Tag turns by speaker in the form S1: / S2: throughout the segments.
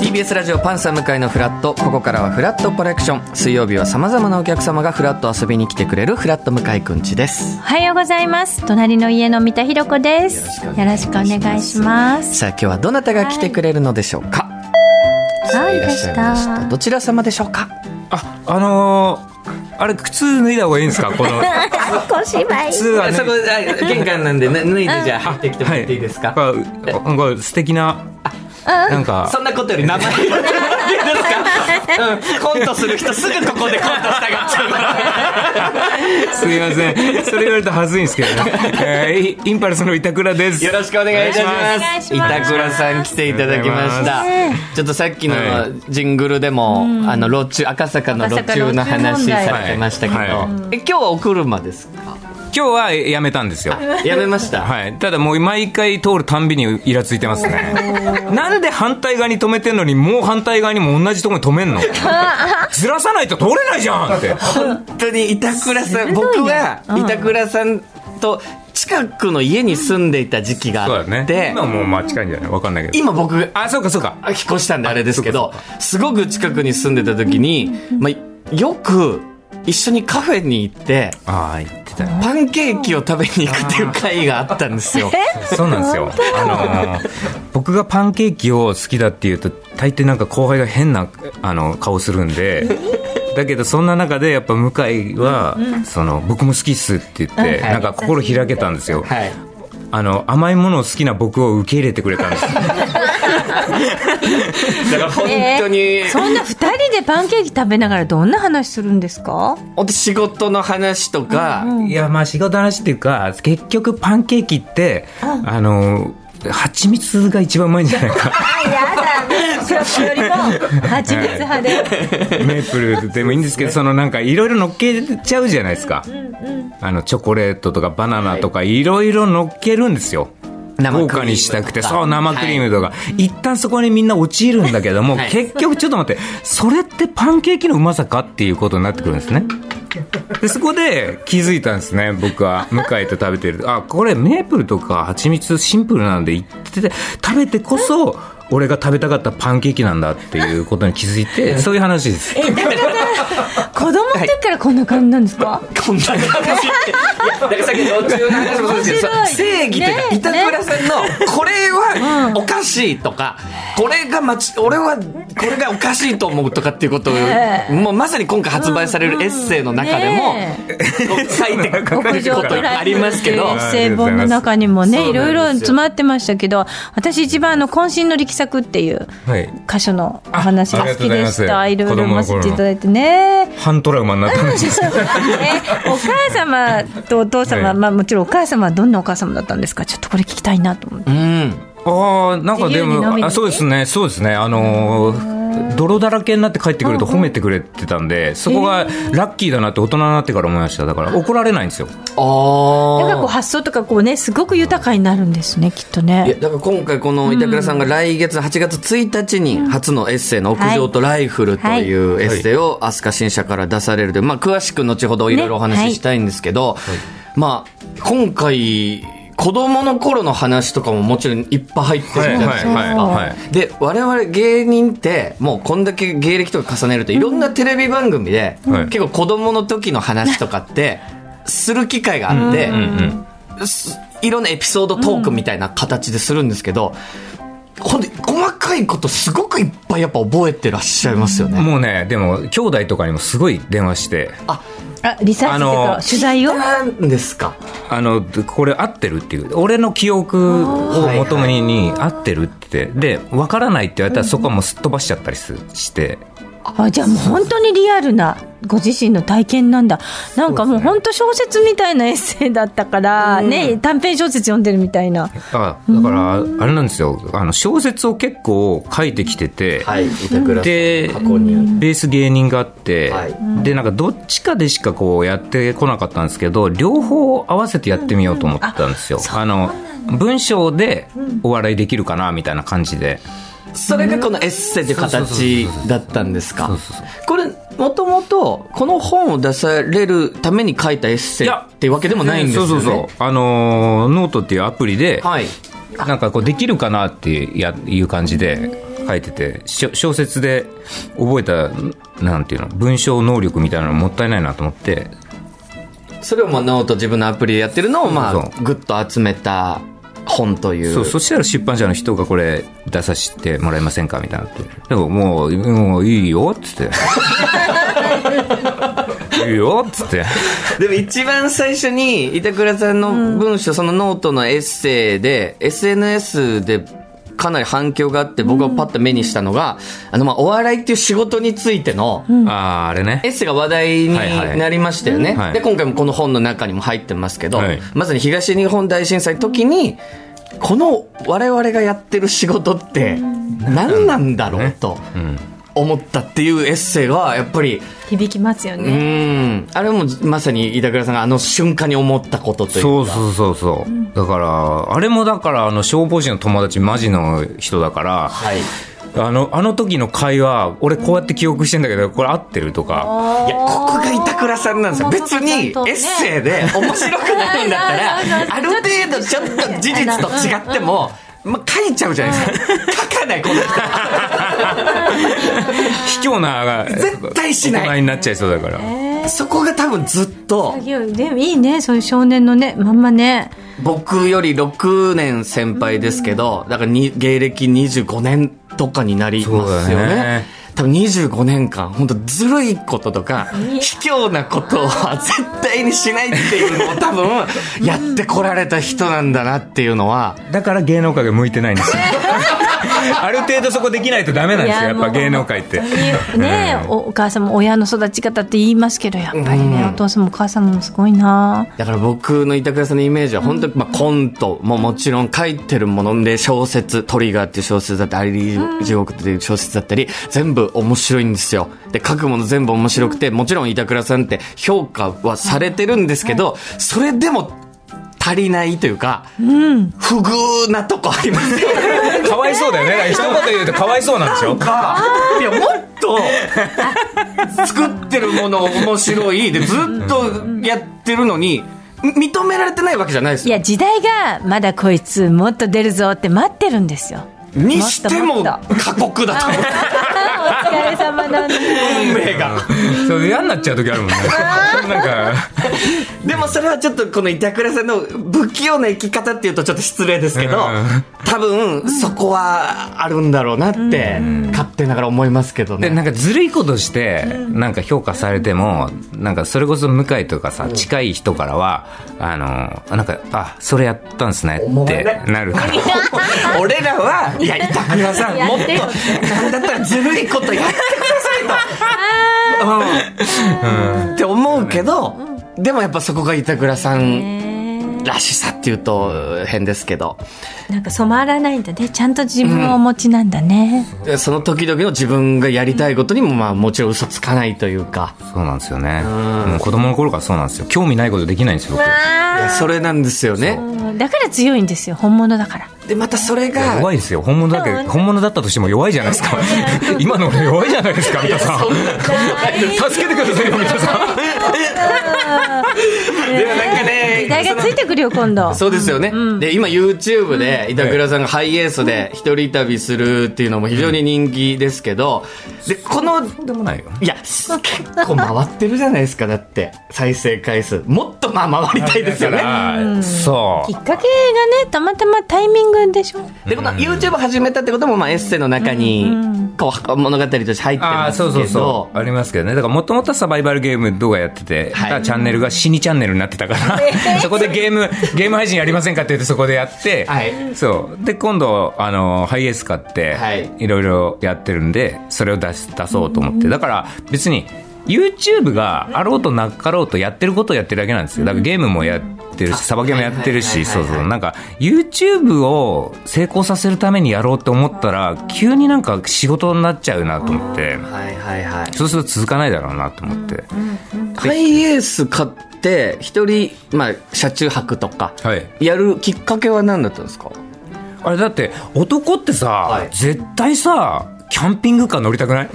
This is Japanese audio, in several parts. S1: TBS ラジオパンサー向かいのフラットここからはフラットコレクション水曜日はさまざまなお客様がフラット遊びに来てくれるフラット向井くんちです
S2: おはようございます隣の家の三田寛子ですよろしくお願いします
S1: さあ今日はどなたが来てくれるのでしょうか、
S2: はい
S1: らっしゃいまし
S2: でしたた
S1: どちら様でしょうか
S3: あ、あのー、あれ、靴脱いだ方がいいんです かこの、
S2: 小芝居
S3: 靴はね、
S1: そこあ玄関なんでね脱いでじゃあ入ってきても
S3: は
S1: らっていいですか、
S3: あなんか素敵な、なんか
S1: そ、んなことより名前言ってです か、うん、コントする人すぐここでコントしたがっちゃう
S3: すいません。それ言われたらはずいんですけ どね。えー、イインパルスの板倉です。
S1: よろしくお願いいたし
S2: お願
S1: ま
S2: い
S1: す。
S2: します
S1: 板倉さん来ていただきました
S2: ね。
S1: ちょっとさっきの
S3: はい
S1: ジングルでも、あの路中赤坂の路中の話されてましたけど、
S3: はいは
S1: え今日はお車ですか？
S3: 今日はやめたんですよ。
S1: やめました。
S3: はい。ただもう毎回通るたんびにイラついてますね。なんで反対側に止めてんのに、もう反対側にも同じとこに止 めんのずらさないと通れないじゃんっ て。
S1: 本当に板倉さん、
S2: 鋭いね
S1: 僕は
S2: うん
S1: 板倉さんと近くの家に住んでいた時期が
S3: そう
S1: あ
S3: だ
S1: っ
S3: ね。
S1: て、
S3: 今もうまあ近いんじゃないわかんないけど。
S1: 今僕
S3: あ、そうかそうか。
S1: 引っ越したんであれですけどすごく近くに住んでた時に、まあ、よく一緒にカフェに行って
S3: ああ、言ってたよ。
S1: パンケーキを食べに行くっていう会があったんですよ。
S3: そうなんですよ。あのー僕がパンケーキを好きだっていうと大抵なんか後輩が変なあの顔するんで。だけどそんな中でやっぱ向井は、その僕も好きっすって言って、
S1: はい
S3: なんか心開けたんですよ、
S1: はい。
S3: あの甘いものを好きな僕を受け入れてくれ たんです
S1: だから本当に、
S2: そんな二人でパンケーキ食べながらどんな話するんですか
S1: 本当仕事の話とか、
S3: いやまあ仕事の話っていうか結局パンケーキってあの蜂蜜が一番うまいんじゃないか
S2: あやだショップよりも蜂蜜派で
S3: メープルでもいいんですけどそのなんかいろいろ乗っけちゃうじゃないですか、あのチョコレートとかバナナとかいろいろ乗っけるんですよ
S1: 生クリームと
S3: 豪
S1: か
S3: 華にしたくてそう生クリームとか、一旦そこにみんな陥るんだけ ども、
S1: はい
S3: 結局ちょっと待ってそれってパンケーキのうまさかっていうことになってくるんですねでそこで気づいたんですね僕は向井と食べてるあこれメープルとか蜂蜜シンプルなんで言ってて食べてこそ俺が食べたかったパンケーキなんだっていうことに気づい てそういう話です
S2: 子供の時からこんな感じなんですか、
S1: こんな話って。いやだからさっきの中の話もそうですけ
S2: 面白
S1: ど、
S2: い
S1: その正義というか、
S2: ね
S1: 板倉さんの、これはおかしいとか、これがまち、俺はこれがおかしいと思うとかっていうことを、
S2: ねえ
S1: もうまさに今回発売されるエッセイの中でも、
S2: ね
S1: 書いてく
S2: 屋
S1: る
S2: 上
S1: ことがありますけど、
S3: 上
S2: 成本の中にもね
S1: そ
S2: いう
S1: なんですよ
S2: ろいろ詰まってましたけど私一番あの渾身の力作っていう
S3: はい
S2: 箇所のお話が好きでし
S3: あ
S2: た
S3: あ
S2: い
S3: りが
S2: ろ
S3: と
S2: いうろ
S3: ござ
S2: 読
S3: い
S2: ま
S3: ま
S2: すせていただいて ね
S3: 半トラウマになった んです
S2: えお母様とお父様、
S3: はい
S2: まあもちろんお母様はどんなお母様だったんですかちょっとこれ聞きたいなと思って
S1: うん。
S3: ああなんかで
S2: 自由に飲みに行っ
S3: も
S2: て
S3: あそうですねそうですねあのー泥だらけになって帰ってくると褒めてくれてたんでそこがラッキーだなって大人になってから思いましただから怒られないんですよ
S1: あ
S2: な
S1: あ。
S2: んかこう発想とかこうねすごく豊かになるんですねきっと
S1: いや
S2: ね
S1: だから今回この板倉さんが来月8月1日に初のエッセイの「屋上とライフル」というエッセイを飛鳥新社から出されるという、まあ、詳しく後ほどいろいろお
S2: ねは
S1: 話
S2: い
S1: ししたいんですけど、まあ今回子供の頃の話とかももちろんいっぱい入ってるじゃないですか。
S2: はいはい
S1: で我々芸人ってもうこんだけ芸歴とか重ねるといろんなテレビ番組で、
S3: はい
S1: 結構子供の時の話とかってする機会があって、すいろんなエピソードトークみたいな形でするんですけど、ほんで細かいことすごくいっぱいやっぱ覚えてらっしゃいますよね。
S3: もうねでも兄弟とかにもすごい電話して
S2: あリサーチという
S3: あ
S2: か
S3: の
S2: 取材を
S1: なんですか
S3: あのこれ合ってるっていう俺の記憶を求めに合ってるってで分からないって言われたらそこはもうすっ飛ばしちゃったりすして
S2: あじゃあもう本当にリアルなご自身の体験なんだなんかもう本当小説みたいなエッセイだったから、ね短編小説読んでるみたいな
S3: あだからあれなんですよあの小説を結構書いてきてて、
S1: はい板倉さん
S3: で
S1: の過去に
S3: ベース芸人があって、
S1: はい
S3: でなんかどっちかでしかこうやってこなかったんですけど両方合わせてやってみようと思ったんですよ、あの文章でお笑いできるかなみたいな感じで、
S1: それがこのエッセイという形だったんですか
S3: うそう
S1: これもともとこの本を出されるために書いたエッセイっていうわけでもないんですよね
S3: そうそうそうあのーノートっていうアプリで、
S1: はい
S3: なんかこうできるかなっていうやいう感じで書書いてて、しょ小説で覚えた、なんていうの、文章能力みたいなのもったいないなと思って、
S1: それをまあノート自分のアプリでやってるのをま
S3: そう
S1: あぐっと集めた本という
S3: そう、そしたら出版社の人がこれ出させてもらえませんかみたいなって。でももう、もういいよっつ って。いいよっつって。
S1: でも一番最初に板倉さんの文章、そのノートのエッセイで SNS でかなり反響があって僕がパッと目にしたのが、あのまあお笑いっていう仕事についての
S3: ああ、あれね
S1: エ。ッセイが話題に
S3: はいはい
S1: なりましたよね、
S3: はい
S1: で今回もこの本の中にも入ってますけど、
S3: はい
S1: まさに東日本大震災の時にこの我々がやってる仕事って何なんだろうと
S3: うん。
S1: 思ったっていうエッセイがやっぱり
S2: 響きますよ
S1: う
S2: ね。
S1: んあれもまさに板倉さんがあの瞬間に思ったことというか
S3: そうそうそうそう、だからあれもだからあの消防士の友達マジの人だから、
S1: はいい
S3: あのあの時の会話俺こうやって記憶してんだけどこれ合ってるとか
S1: やここが板倉さんなんですよ別にエッセイ で面白くないんだったらある程度ちょっと事実と違っても、まあ、書いちゃうじゃないですか書かないこの人
S3: 卑怯な
S1: 絶対しない
S3: 大人になっちゃいそうだから、
S1: そこが多分ずっと
S2: いやでもいいね、そういう少年のね、まんまね。
S1: 僕より6年先輩ですけどだからに芸歴25年とかになりますよ
S3: そ
S1: ね
S3: うだね
S1: 多分25年間本当ずるいこととか卑怯なことは絶対にしないっていうのを多分やってこられた人なんだなっていうのは
S3: だから芸能界が向いてない んですよある程度そこできないとダメなんですよやっぱ芸能界って
S2: いやもう本当にね、おお母さんも親の育ち方って言いますけど、やっぱりね、お父さんもお母さんもすごいな。
S1: だから僕の板倉さんのイメージは本当に、まあ、コントももちろん書いてるもので小説「トリガー」っていう小説だったり「アリー地獄」っていう小説だったり全部面白いんですよで書くもの全部面白くてもちろん板倉さんって評価はされてるんですけどそれでも足りないというか不遇なとこありますよね
S3: かわいそうだよね だから一言言うとかわいそうなんでしょ
S1: いやもっと作ってるもの面白いでずっとやってるのに認められてないわけじゃないですよ
S2: いや、時代がまだこいつもっと出るぞって待ってるんです よ。
S1: にして
S2: も
S1: も
S2: っともっ
S1: 過酷だと思う
S2: あお疲れ様なんです。
S1: 運命が
S3: それ嫌になっちゃう時あるもんね なんか
S1: でもそれはちょっとこの板倉さんの不器用な生き方っていうとちょっと失礼ですけど
S3: うん
S1: 多分そこはあるんだろうなって勝手ながら思いますけど
S3: で
S1: ね
S3: なんかずるいことしてなんか評価されてもなんかそれこそ向井とかさ近い人からはあのなんかあそれやったんすね
S1: お
S3: って
S1: 前ね
S3: なるから
S1: 俺らはい や板倉さん
S2: や
S1: もっ
S2: ってよ
S1: となんだったらずるいことやってくださ いとうんって思うけどでもやっぱそこが板倉さんらしさっていうと変ですけど
S2: なんか染まらないんだね。ちゃんと自分をお持ちなんだね。
S1: でその時々の自分がやりたいことにも、まあ、もちろん嘘つかないというか、
S3: そうなんですよねもう子供の頃からそうなんですよ興味ないことできないんですよ僕
S1: いやそれなんですよね。
S2: うんだから強いんですよ。本物だ から。
S1: で、またそれが、
S3: 弱いですよ本物だけ
S2: そう
S3: 本物だったとしても弱いじゃないで すか今の俺弱いじゃないですか三田さん助けてくださいよ三田さん
S1: でもなんかね、
S2: 時代がついてくるよ、今度。
S1: そうですよね。で、今 YouTube で板倉さんがハイエースで一人旅するっていうのも非常に人気ですけど、で、この、
S3: とんでもないよ
S1: いや、結構回ってるじゃないですか、だって、再生回数。もっとまあ回りたいですよね。
S3: ねそ
S2: きっかけがね、たまたまタイミングでしょ。
S1: ってことは YouTube を始めたってことも、まあエッセイの中に、こう、物語として入って
S3: うあ
S1: ま
S3: あ
S1: すけ
S3: そ
S1: ど、
S3: うそうそうありますけどねだからもともとサバイバルゲーム動画やってて、
S1: はい
S3: ただチャンネルが死にチャンネルになってたからそこでゲームゲーム配信やりませんかって言ってそこでやって、
S1: はい
S3: そうで今度あのハイエース買って、
S1: はい
S3: いろいろやってるんでそれを出し出そうと思ってだから別に YouTube があろうとなかろうとやってることをやってるだけなんですよだからゲームもやってるしサバゲーもやってる
S1: はい
S3: し
S1: はいは
S3: そ
S1: いうはい
S3: そうなんか YouTube を成功させるためにやろうと思ったら急になんか仕事になっちゃうなと思って
S1: はいはいはい。
S3: そうすると続かないだろうなと思って、
S1: ハイエース買って一人、まあ、車中泊とか、
S3: はい
S1: やるきっかけは何だったんですか
S3: あれだって男ってさ、
S1: はい
S3: 絶対さキャンピングカー乗りたくない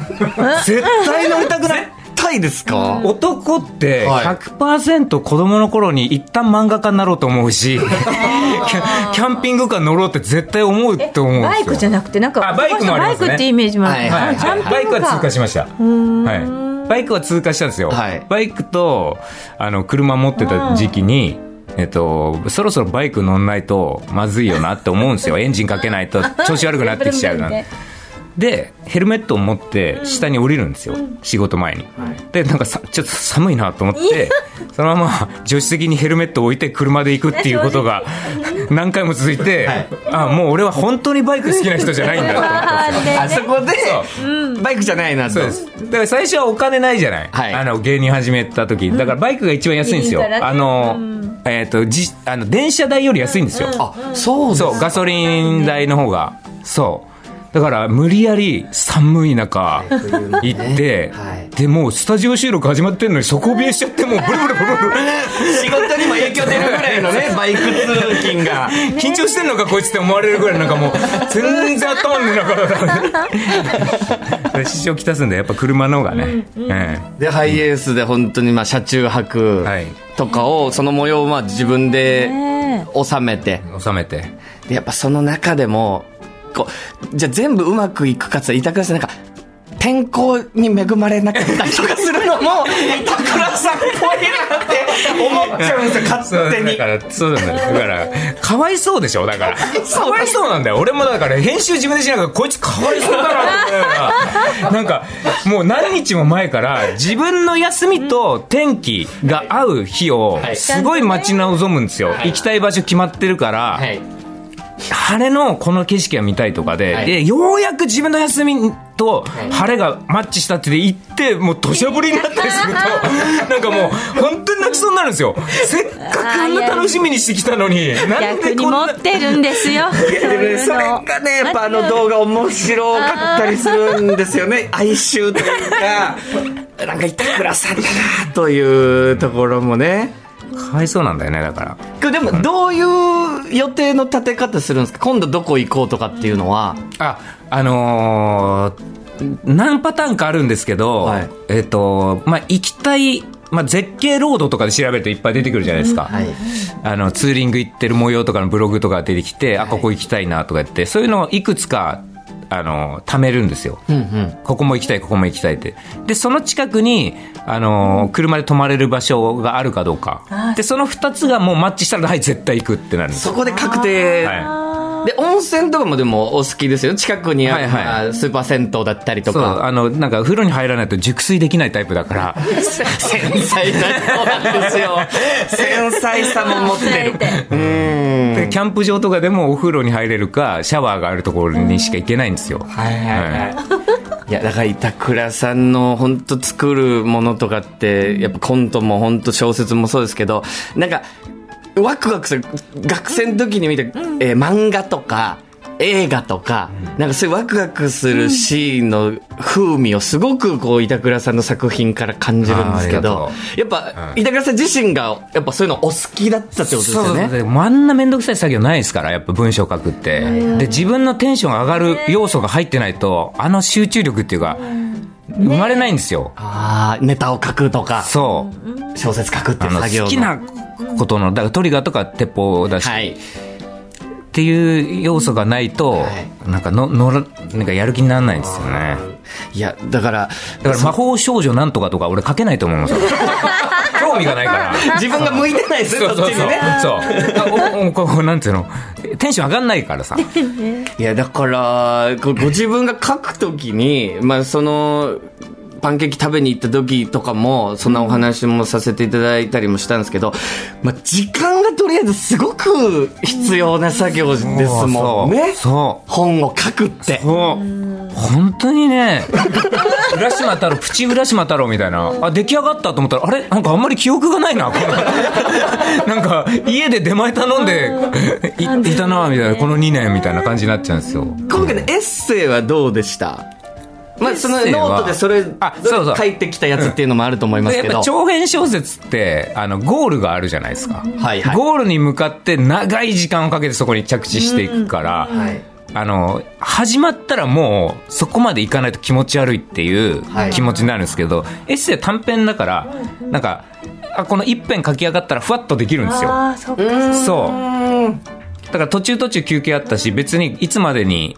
S3: 絶対乗りたくない絶
S1: 深いですか、
S3: 男って
S1: はい
S3: 100%子供の頃に一旦漫画家になろうと思う し、キャキャンピングカー乗ろうって絶対思うと思うんですよ。
S2: バイクじゃなくてなんか
S3: あバイクもあります
S2: バ
S3: ね
S2: イクってイメージもある、
S1: はい
S3: は
S2: あ
S3: い
S2: キャンピングカー
S3: バイクは通過しました。はい。バイクは通過したんですよ。
S1: はい
S3: バイクと、あの、車持ってた時期に、えっと、そろそろバイク乗んないとまずいよなって思うんですよ。エンジンかけないと調子悪くなってきちゃうな
S2: ブルンブルンね
S3: で、ヘルメットを持って下に降りるんですよ。仕事前に。で、なんかさ、ちょっと寒いなと思って、そのまま助手席にヘルメットを置いて車で行くっていうことが何回も続いて、
S1: はい
S3: あ、もう俺は本当にバイク好きな人じゃないんだと思って。
S2: あーで
S1: あそこで
S3: そ
S1: バイクじゃないなと
S3: そうです。だから最初はお金ないじゃない。
S1: はい
S3: あの、芸人始めた時。だからバイクが一番安いんですよ。
S2: いいからね
S3: あの、えっ、と、じ、あの、電車代より安いんですよ。
S1: あそうです
S3: そう、ガソリン代の方が。そう。だから、無理やり寒い中、行って、
S1: はい
S3: で、もうスタジオ収録始まってんのに、底冷えしちゃって、もうブルブルブルブ ル。
S1: 仕事にも影響出るぐらいのねバイク通勤が
S3: 緊張してんのかこいつって思われるぐらいなんかもう全然頭になか った支障きたすん でやっぱ車の方がね、ええ
S1: でハイエースで本当にまあ車中泊
S3: はい
S1: とかをその模様をまあ自分で
S2: ね
S1: 収めて
S3: 収めて
S1: でやっぱその中でもこうじゃあ全部うまくいくかつ板倉さんなんか天候に恵まれなかったりとかするのも板倉さんっぽいなって思っちゃうんですよ勝手
S3: だ
S1: に
S3: からそうなんだよだからかわいそうでしょだからかわいそうなんだよ俺もだから編集自分でしながらこいつかわいそうだなって思うようななんかもう何日も前から自分の休みと天気が合う日をすごい待ち望むんですよ、行きたい場所決まってるから、
S1: はい
S3: 晴れのこの景色が見たいとかで、
S1: はい
S3: でようやく自分の休みと晴れがマッチしたってで行ってもう土砂降りになったりするとなんかもう本当に泣きそうになるんですよせっかくあんな楽しみにしてきたのに
S2: え
S3: なん
S2: 逆
S3: で
S2: に
S3: こん
S2: 持
S3: な
S2: ってるんです よそう
S1: いやでも
S2: い
S1: ね
S2: う
S1: それ
S2: の
S1: がねやっぱあの動画面白かったりするんです よね哀愁というかなんか板倉さんだなというところもね
S3: かわいそうなんだよねだから
S1: これでもどういう予定の立て方するんですか今度どこ行こうとかっていうのは
S3: ああのー何パターンかあるんですけど、
S1: はい
S3: えっ、とまあ行きたいまあ、絶景ロードとかで調べるといっぱい出てくるじゃないですか、
S1: はい
S3: あのツーリング行ってる模様とかのブログとかが出てきて、あここ行きたいなとか言ってそういうのをいくつかあの貯めるんですよ、
S1: うんうん
S3: ここも行きたいここも行きたいってでその近くにあの車で泊まれる場所があるかどうかでその2つがもうマッチしたらはい絶対行くってなるんです
S1: そこで確定
S3: は
S1: で温泉とかもでもお好きですよね近くにある、
S3: はいはい
S1: まあスーパー銭湯だったり
S3: い、
S1: と
S3: そう
S1: か
S3: あのなんか風呂に入らないと熟睡できないタイプだから
S1: 繊細な人なんです よ繊細さも持ってるうん
S3: でキャンプ場とかでもお風呂に入れるかシャワーがあるところにしか行けないんですよ、
S1: はいはいはい。いや、だから板倉さんの本当作るものとかって、やっぱコントも本当小説もそうですけど、なんか、ワクワクする。学生の時に見た、えー漫画とか、映画とか、なんかそういうワクワクするシーンの風味をすごくこう板倉さんの作品から感じるんですけ
S3: あーあ
S1: ど、やっぱ
S3: うん
S1: 板倉さん自身がやっぱそういうのお好きだったってことですよね。
S3: そうそうそうあんな面倒くさい作業ないですからやっぱ文章書くってで自分のテンションが上がる要素が入ってないとあの集中力っていうか生まれないんですよ
S1: ああ、ネタを書くとか、
S3: そう
S1: 小説書くってい
S3: あ
S1: う
S3: の
S1: 作業の
S3: 好きなことのだからトリガーとか鉄砲だし
S1: は
S3: っ
S1: い。
S3: ていう要素がないと
S1: い
S3: なんかののらなんかやる気にならないんですよね
S1: いや、だから、
S3: だから魔法少女なんとかとか俺書けないと 思いますよ興味がないから
S1: 自分が向いてないですね、そ
S3: そ
S1: う
S3: そ
S1: っ
S3: う
S1: ち
S3: そ
S1: に
S3: う
S1: ね。
S3: そうおおこうなんていうのテンション上がんないからさ
S1: いや、だから、こうご自分が書くときに、まあ、その、パンケーキ食べに行った時とかも、そんなお話もさせていただいたりもしたんですけど、まあ、時間がとりあえずすごく必要な作業ですもんね。
S3: そう
S1: 本を書くって。
S3: そう本当にね浦島太郎プチ浦島太郎みたいなあ出来上がったと思ったらあれなんかあんまり記憶がないなこのなんか家で出前頼んでいいたなみたいなこの2年みたいな感じになっちゃうんですよ
S1: 今回のエッセイはどうでしたまあ、その
S3: エ
S1: ノ
S3: ッセイは
S1: ートでそれ、
S3: あそうそう
S1: 書いてきたやつっていうのもあると思います
S3: やっ
S1: けど。
S3: ぱ長編小説ってあのゴールがあるじゃないですか、
S1: はいはい
S3: ゴールに向かって長い時間をかけてそこに着地していくから、
S1: はい
S3: あの始まったらもうそこまでいかないと気持ち悪いっていう
S1: はい
S3: 気持ちになるんですけど、エッセイは短編だからなんかあこの一編書き上がったらふわっとできるんですよ
S2: ああそっか
S3: そうだから途中途中休憩あったし別にいつまでに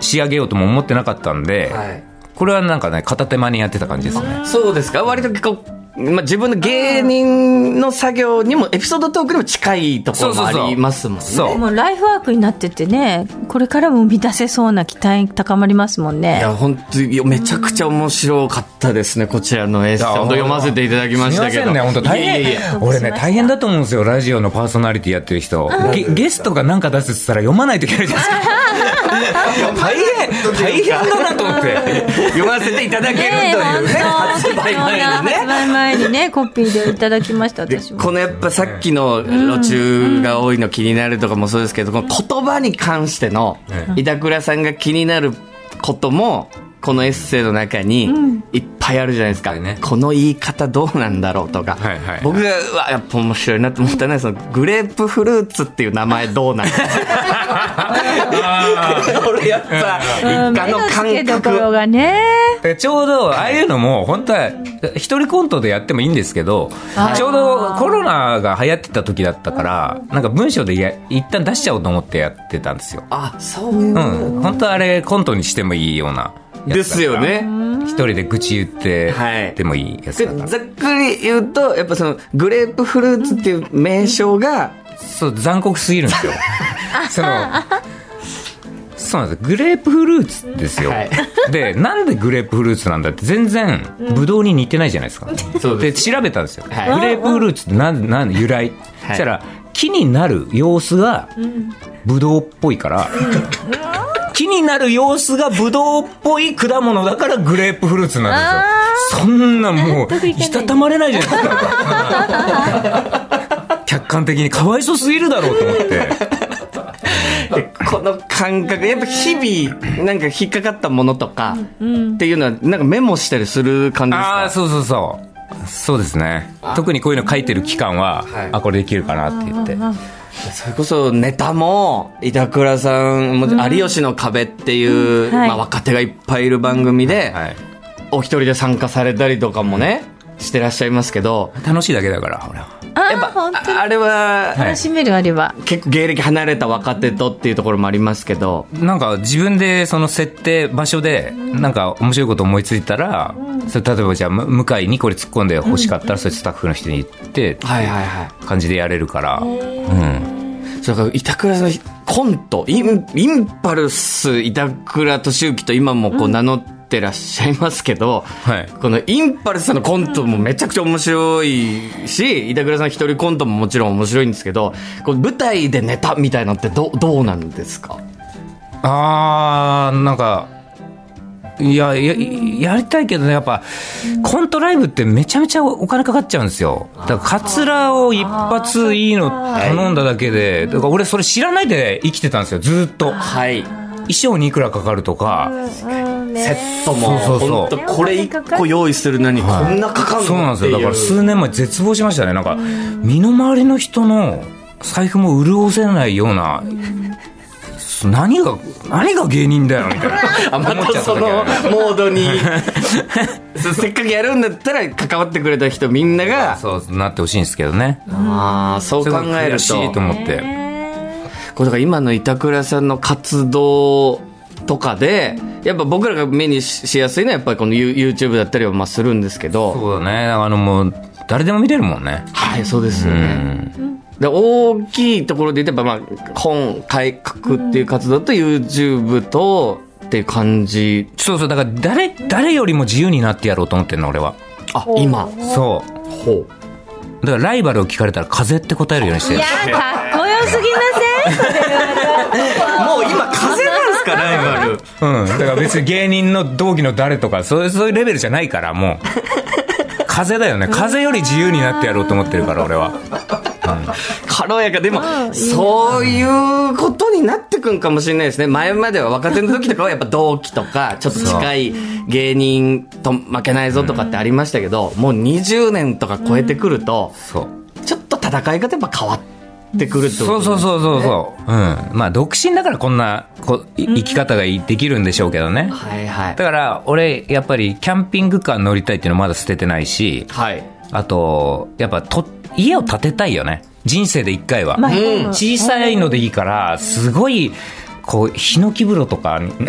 S3: 仕上げようとも思ってなかったんで、
S1: はい
S3: これはなんかね片手間にやってた感じですね
S1: そうですか割とこう、まあ、自分の芸人の作業にもエピソードトークにも近いところもありますもんね
S3: そう
S2: もうライフワークになっててねこれからも生み出せそうな期待高まりますもん
S1: い
S2: ね
S1: や本当にめちゃくちゃ面白かったですねこちらのエッセイ
S3: いや
S1: 本当読ませていただきましたけど
S3: すみませんね、本当大変。
S1: いやいやいや
S3: 俺ね、大変だと思うんですよ、ラジオのパーソナリティやってる人。ゲゲストが何か出すって言ったら読まないといけないじゃないですか。大変、大変だなと思って。
S1: 読ませていただけると
S2: ねえ
S1: いうね
S2: 本当
S1: 発売前にね
S2: 発売前にねコピーでいただきました
S1: で
S2: 私も
S1: このやっぱさっきの路中が多いの気になるとかもそうですけど、この言葉に関しての板倉さんが気になることもこのエッセイの中にいっぱいあるじゃないですか、
S3: はいね
S1: この言い方どうなんだろうとか、
S3: はいはいはい
S1: 僕がうわやっぱ面白いなと思ったのはそのグレープフルーツっていう名前どうなんだ 俺やっぱ
S2: うん
S1: 一
S2: 目
S1: 家の
S2: の付け
S1: 感
S2: どこ
S1: 覚
S2: ろがね
S3: でちょうど、ああいうのも、本当は、一人コントでやってもいいんですけど、ちょうどコロナが流行ってた時だったから、なんか文章でや一旦出しちゃおうと思ってやってたんですよ。
S1: あそういう
S3: う
S1: の
S3: ん。本当はあれ、コントにしてもいいようなやつだから。
S1: ですよね
S3: 一人で愚痴言って、
S1: はい
S3: でもいいやつ
S1: で
S3: だから
S1: ざっくり言うとやっぱそのグレープフルーツっていう名称が
S3: そう残酷すぎる んですよそのそうなんですよグレープフルーツですよ、
S1: はい
S3: でなんでグレープフルーツなんだって全然ブドウに似てないじゃな いですか、
S1: そうで
S3: で調べたんですよ、
S1: はい
S3: グレープフルーツってなんなん由来、そしたら木になる様子がブドウっぽいから、木になる様子がブドウっぽい果物だからグレープフルーツなんですよそんなも
S2: 納得
S3: う
S2: いかない
S3: いたたまれないじゃないですか客観的にかわいそうすぎるだろうと思って
S1: この感覚やっぱ日々なんか引っかかったものとかっていうのはなんかメモしたりする感じです
S3: ああ
S1: か
S3: ーそうそうそうそうですね特にこういうの書いてる期間は、
S1: はい
S3: あこれできるかなって言って
S1: それこそネタも板倉さんも「有吉の壁」っていう、
S2: はい
S1: まあ、若手がいっぱいいる番組で、
S3: はい
S1: お一人で参加されたりとかもね、してらっしゃいますけど
S3: 楽しいだけだから俺は
S2: あ
S1: や
S2: あ
S1: っぱ
S2: 本当に
S1: ああれは
S3: はい
S2: 楽しめるあれは
S1: 結構芸歴離れた若手とっていうところもありますけど
S3: なんか自分でその設定場所でなんか面白いこと思いついたら、それ例えばじゃあむ向井にこれ突っ込んで欲しかったら、それスタッフの人に言って
S1: はいはいはい
S3: 感じでやれるから、うん、
S1: それから板倉のコントインインパルス板倉俊之と今もこう名乗ってらっしゃいますけど、
S3: はい
S1: このインパルスさんのコントもめちゃくちゃ面白いし板倉さん一人コントももちろん面白いんですけどこう舞台でネタみたいなのってどどうなんですか
S3: あーなんかいやややりたいけどねやっぱコントライブってめちゃめちゃお金かかっちゃうんですよだからカツラを一発いいの頼んだだけでだから俺それ知らないで生きてたんですよずーっと
S1: はい
S3: 衣装にいくらかかるとか、
S1: セットも
S3: そうそうそう
S1: 本当これ一個用意するのにこんなかかる
S3: そうな
S1: の
S3: んで
S1: っ
S3: す
S1: て
S3: よだ
S1: い
S3: か
S1: う
S3: ら数年前絶望しましたねなんか身の回りの人の財布も潤せないような何が何が芸人だよみたい な
S1: あま
S3: 思っち
S1: た
S3: ゃった
S1: そ
S3: けど
S1: のモードに そうせっかくやるんだったら関わってくれた人みんなが
S3: そうなってほしいんですけどね
S1: ああそう考える
S3: すごい悔しいと
S1: と
S3: 思って、
S1: これだから今の板倉さんの活動とかでやっぱ僕らが目にし しやすいのはやっぱりこの You- YouTube だったりはまあするんですけど
S3: そうだねあのもう誰でも見れるもんね
S1: はいそうですよ
S3: う
S1: ね、
S3: ん
S1: で大きいところで言えば、まあ、本改革っていう活動と YouTube とっていう感じ
S3: そうそうだから誰誰よりも自由になってやろうと思ってんの俺は
S1: あ今
S3: そう
S1: ほう
S3: だからライバルを聞かれたら風って答えるようにして
S2: い
S3: る
S2: やかっこよすぎません
S1: もう今風なんですかライバル
S3: うん、だから別に芸人の同期の誰とかそういうそういうレベルじゃないからもう風だよね風より自由になってやろうと思ってるから俺は
S1: 軽やかでも
S2: うん
S1: そういうことになってくんかもしれないですね前までは若手の時とかはやっぱ同期とかちょっと近い芸人と負けないぞとかってありましたけどもう20年とか超えてくると
S3: そう
S1: ちょっと戦い方やっぱ変わってくるってこと
S3: そうそうそうそうそう、うん、まあ独身だからこんなこい生き方がいできるんでしょうけどね、
S1: はいはい
S3: だから俺やっぱりキャンピングカー乗りたいっていうのまだ捨ててないし
S1: はい
S3: あとやっぱと家を建てたいよね人生で一回は、
S2: まあ
S1: うん
S3: 小さいのでいいからすごいこうヒノキ風呂とかに
S2: 構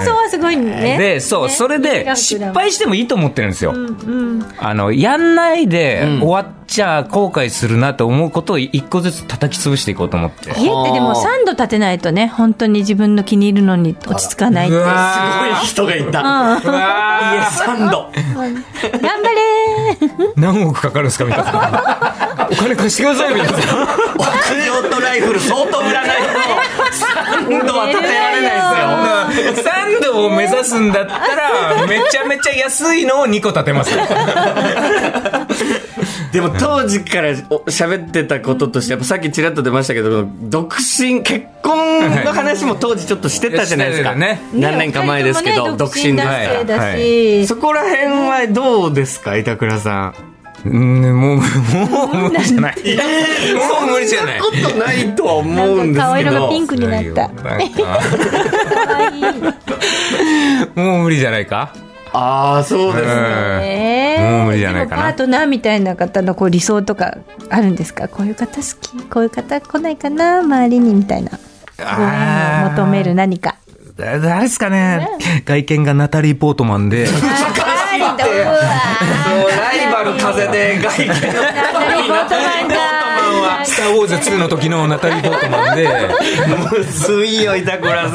S2: 想はすごいね。
S3: でそう
S2: ね
S3: それ
S2: ね
S3: で失敗してもいいと思ってるんですよ、
S2: うん
S3: あのやんないで
S1: うん
S3: 終わっちゃ後悔するなと思うことを一個ずつ叩き潰していこうと思って。
S2: 家ってでも3度建てないとね本当に自分の気に入るのに落ち着かないって
S3: う
S2: 頑
S1: すごい
S3: わ
S1: 人がいた
S3: ーう
S1: 家
S3: わ
S1: 3度
S2: 張 れー
S3: ー何億かかるんですかみたいな。お金貸してくださいみたいな。
S1: オクオットライフル相当売らないと3度は建てられないで
S3: 3度を目指すんだったら、めちゃめちゃ安いのを2個建てます。
S1: すよでも当時からお喋ってたこととしてやっぱさっきちらっと出ましたけど独身結婚の話も当時ちょっとしてたじゃないですか、
S3: はいしてる
S1: 何年か前ですけど、
S2: ね
S1: 独身で
S2: 男
S1: す
S2: 性だし、
S3: は
S1: そこら辺はどうですか板倉さん
S3: うん、もう、 もう無理じゃない。もう無理じゃない。
S1: ことないとは思
S2: な
S1: うん
S2: ん
S1: で
S2: か
S1: す
S2: 顔
S1: け
S2: 色がピン
S1: ど
S2: クになった
S3: なんか
S2: 可愛い
S3: もう無理じゃないか
S1: ああそうですね
S2: ね
S3: もう無理じゃない
S2: で
S3: かな
S2: もパートナーみたいな方のこう理想とかあるんですかこういう方好きこういう方来ないかな周りにみたいなご縁を求める何か
S3: だ誰ですかね外見がナタリー・ポートマンで。
S2: あーどうわ
S1: そうライバル風で外見の
S2: ナタリーポートマンだ
S3: スター・ウォーズ2の時のナタリー・ポートマンで、
S1: むずいよ板倉さ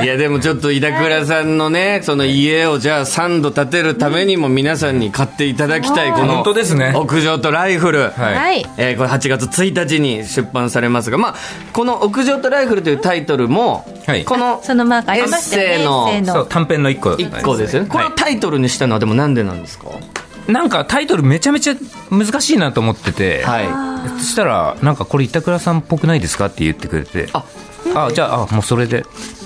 S1: ん いやでもちょっと板倉さんのねその家をじゃあ3度建てるためにも皆さんに買っていただきたいこの
S3: 本当ですね
S1: 屋上とライフル
S3: はい
S2: はい
S1: えーこれ8月1日に出版されますが、まあ、この「屋上とライフル」というタイトルも、
S3: はい
S1: この
S2: そのマークありましたよね
S1: エッセイの
S2: エッセイ
S3: そう短編の一個だったん
S1: 1個ですよね、これを
S3: は
S1: タイトルにしたのはでもなんでなんですか
S3: いなんかタイトルめちゃめちゃ難しいなと思ってて、
S1: はい
S3: そしたら、なんかこれ板倉さんっぽくないですかって言ってくれて、
S1: あ
S3: あ、じゃあ、あもうそれで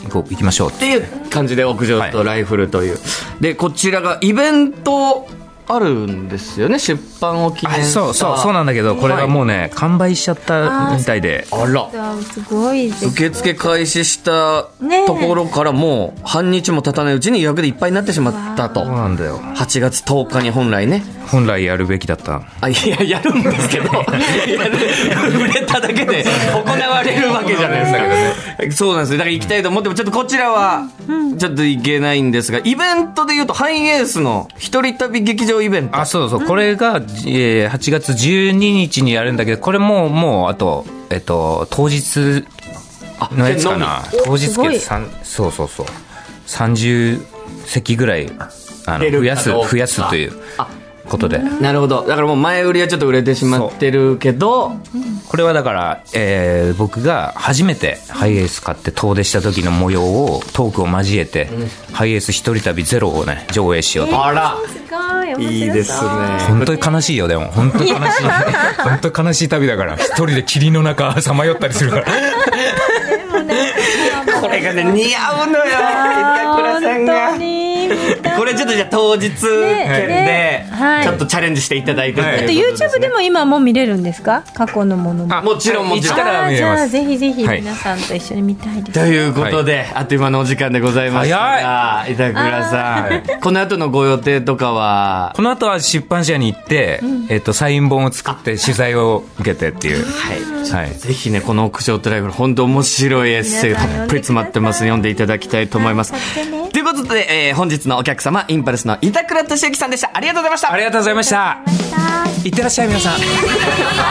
S3: 行こう、行きましょうっ。
S1: ってていう感じで屋上とライフルという、でこちらがイベントあるんですよね出版を記念
S3: あ
S1: した
S3: そうそう、そうなんだけど、これがもうね、完売しちゃったみたいで。
S1: あら
S2: すごいです
S1: 受付開始した
S2: ねえ
S1: ところからもう半日も経たないうちに予約でいっぱいになってしまったと
S3: そうなんだよ。
S1: 8月10日に本来ね
S3: 本来やるべきだった。
S1: あいややるんです けどやる売れただけで行われるわけじゃないですかそうなんですよだから行きたいと思ってもちょっとこちらはちょっと行けないんですがイベントでいうとハイエースの一人旅劇場イベント
S3: あそうそうこれが、えー8月12日にやるんだけどこれもうもうあとえっと当日のやつかな
S1: あ
S3: 当日
S2: すご
S3: 券
S2: い
S3: さんそうそうそう30席ぐらいあの
S1: 出る
S3: 増やす
S1: かどうか
S3: 増やすということで
S1: なるほどだからもう前売りはちょっと売れてしまってるけど
S3: これはだから、えー僕が初めてハイエース買って遠出した時の模様をトークを交えて、ハイエース一人旅ゼロをね上映しようと、
S1: あら
S2: すごい面白そう
S1: いいですね
S3: 本当に悲しいよでも本当に悲しい本当に悲しい旅だから一人で霧の中さまよったりするから
S1: これがね似合うのよ板倉さん
S2: 本当
S1: が
S2: に
S1: これちょっとじゃあ当日券で
S2: ねはい
S1: ちょっとチャレンジしていただいてと
S3: は
S2: あ
S3: い
S2: と
S1: うことですね
S2: YouTube でも今もう見れるんですか過去のものも
S3: あ
S1: もちろんもちろん
S3: 一から見
S2: じ
S3: れ
S2: ゃ
S3: ま
S2: あ
S3: す。
S2: ぜひぜひ
S3: はい
S2: 皆さんと一緒に見たいです、
S1: ということで、あっという間のお時間でございましたが板倉さんこの後のご予定とかは
S3: この後は出版社に行って、えっと、サイン本を作って取材を受けてっていう。はい。
S1: ぜひねこの「屋上トライフル」本当面白いエッセイがたっぷり詰まってますので読んでいただきたいと思います
S2: はい買ってね
S1: ということで、えー本日のお客様インパルスの板倉俊之さんでしたありがとうございました
S3: ありがとうございました。いってらっしゃい皆さん。
S2: あ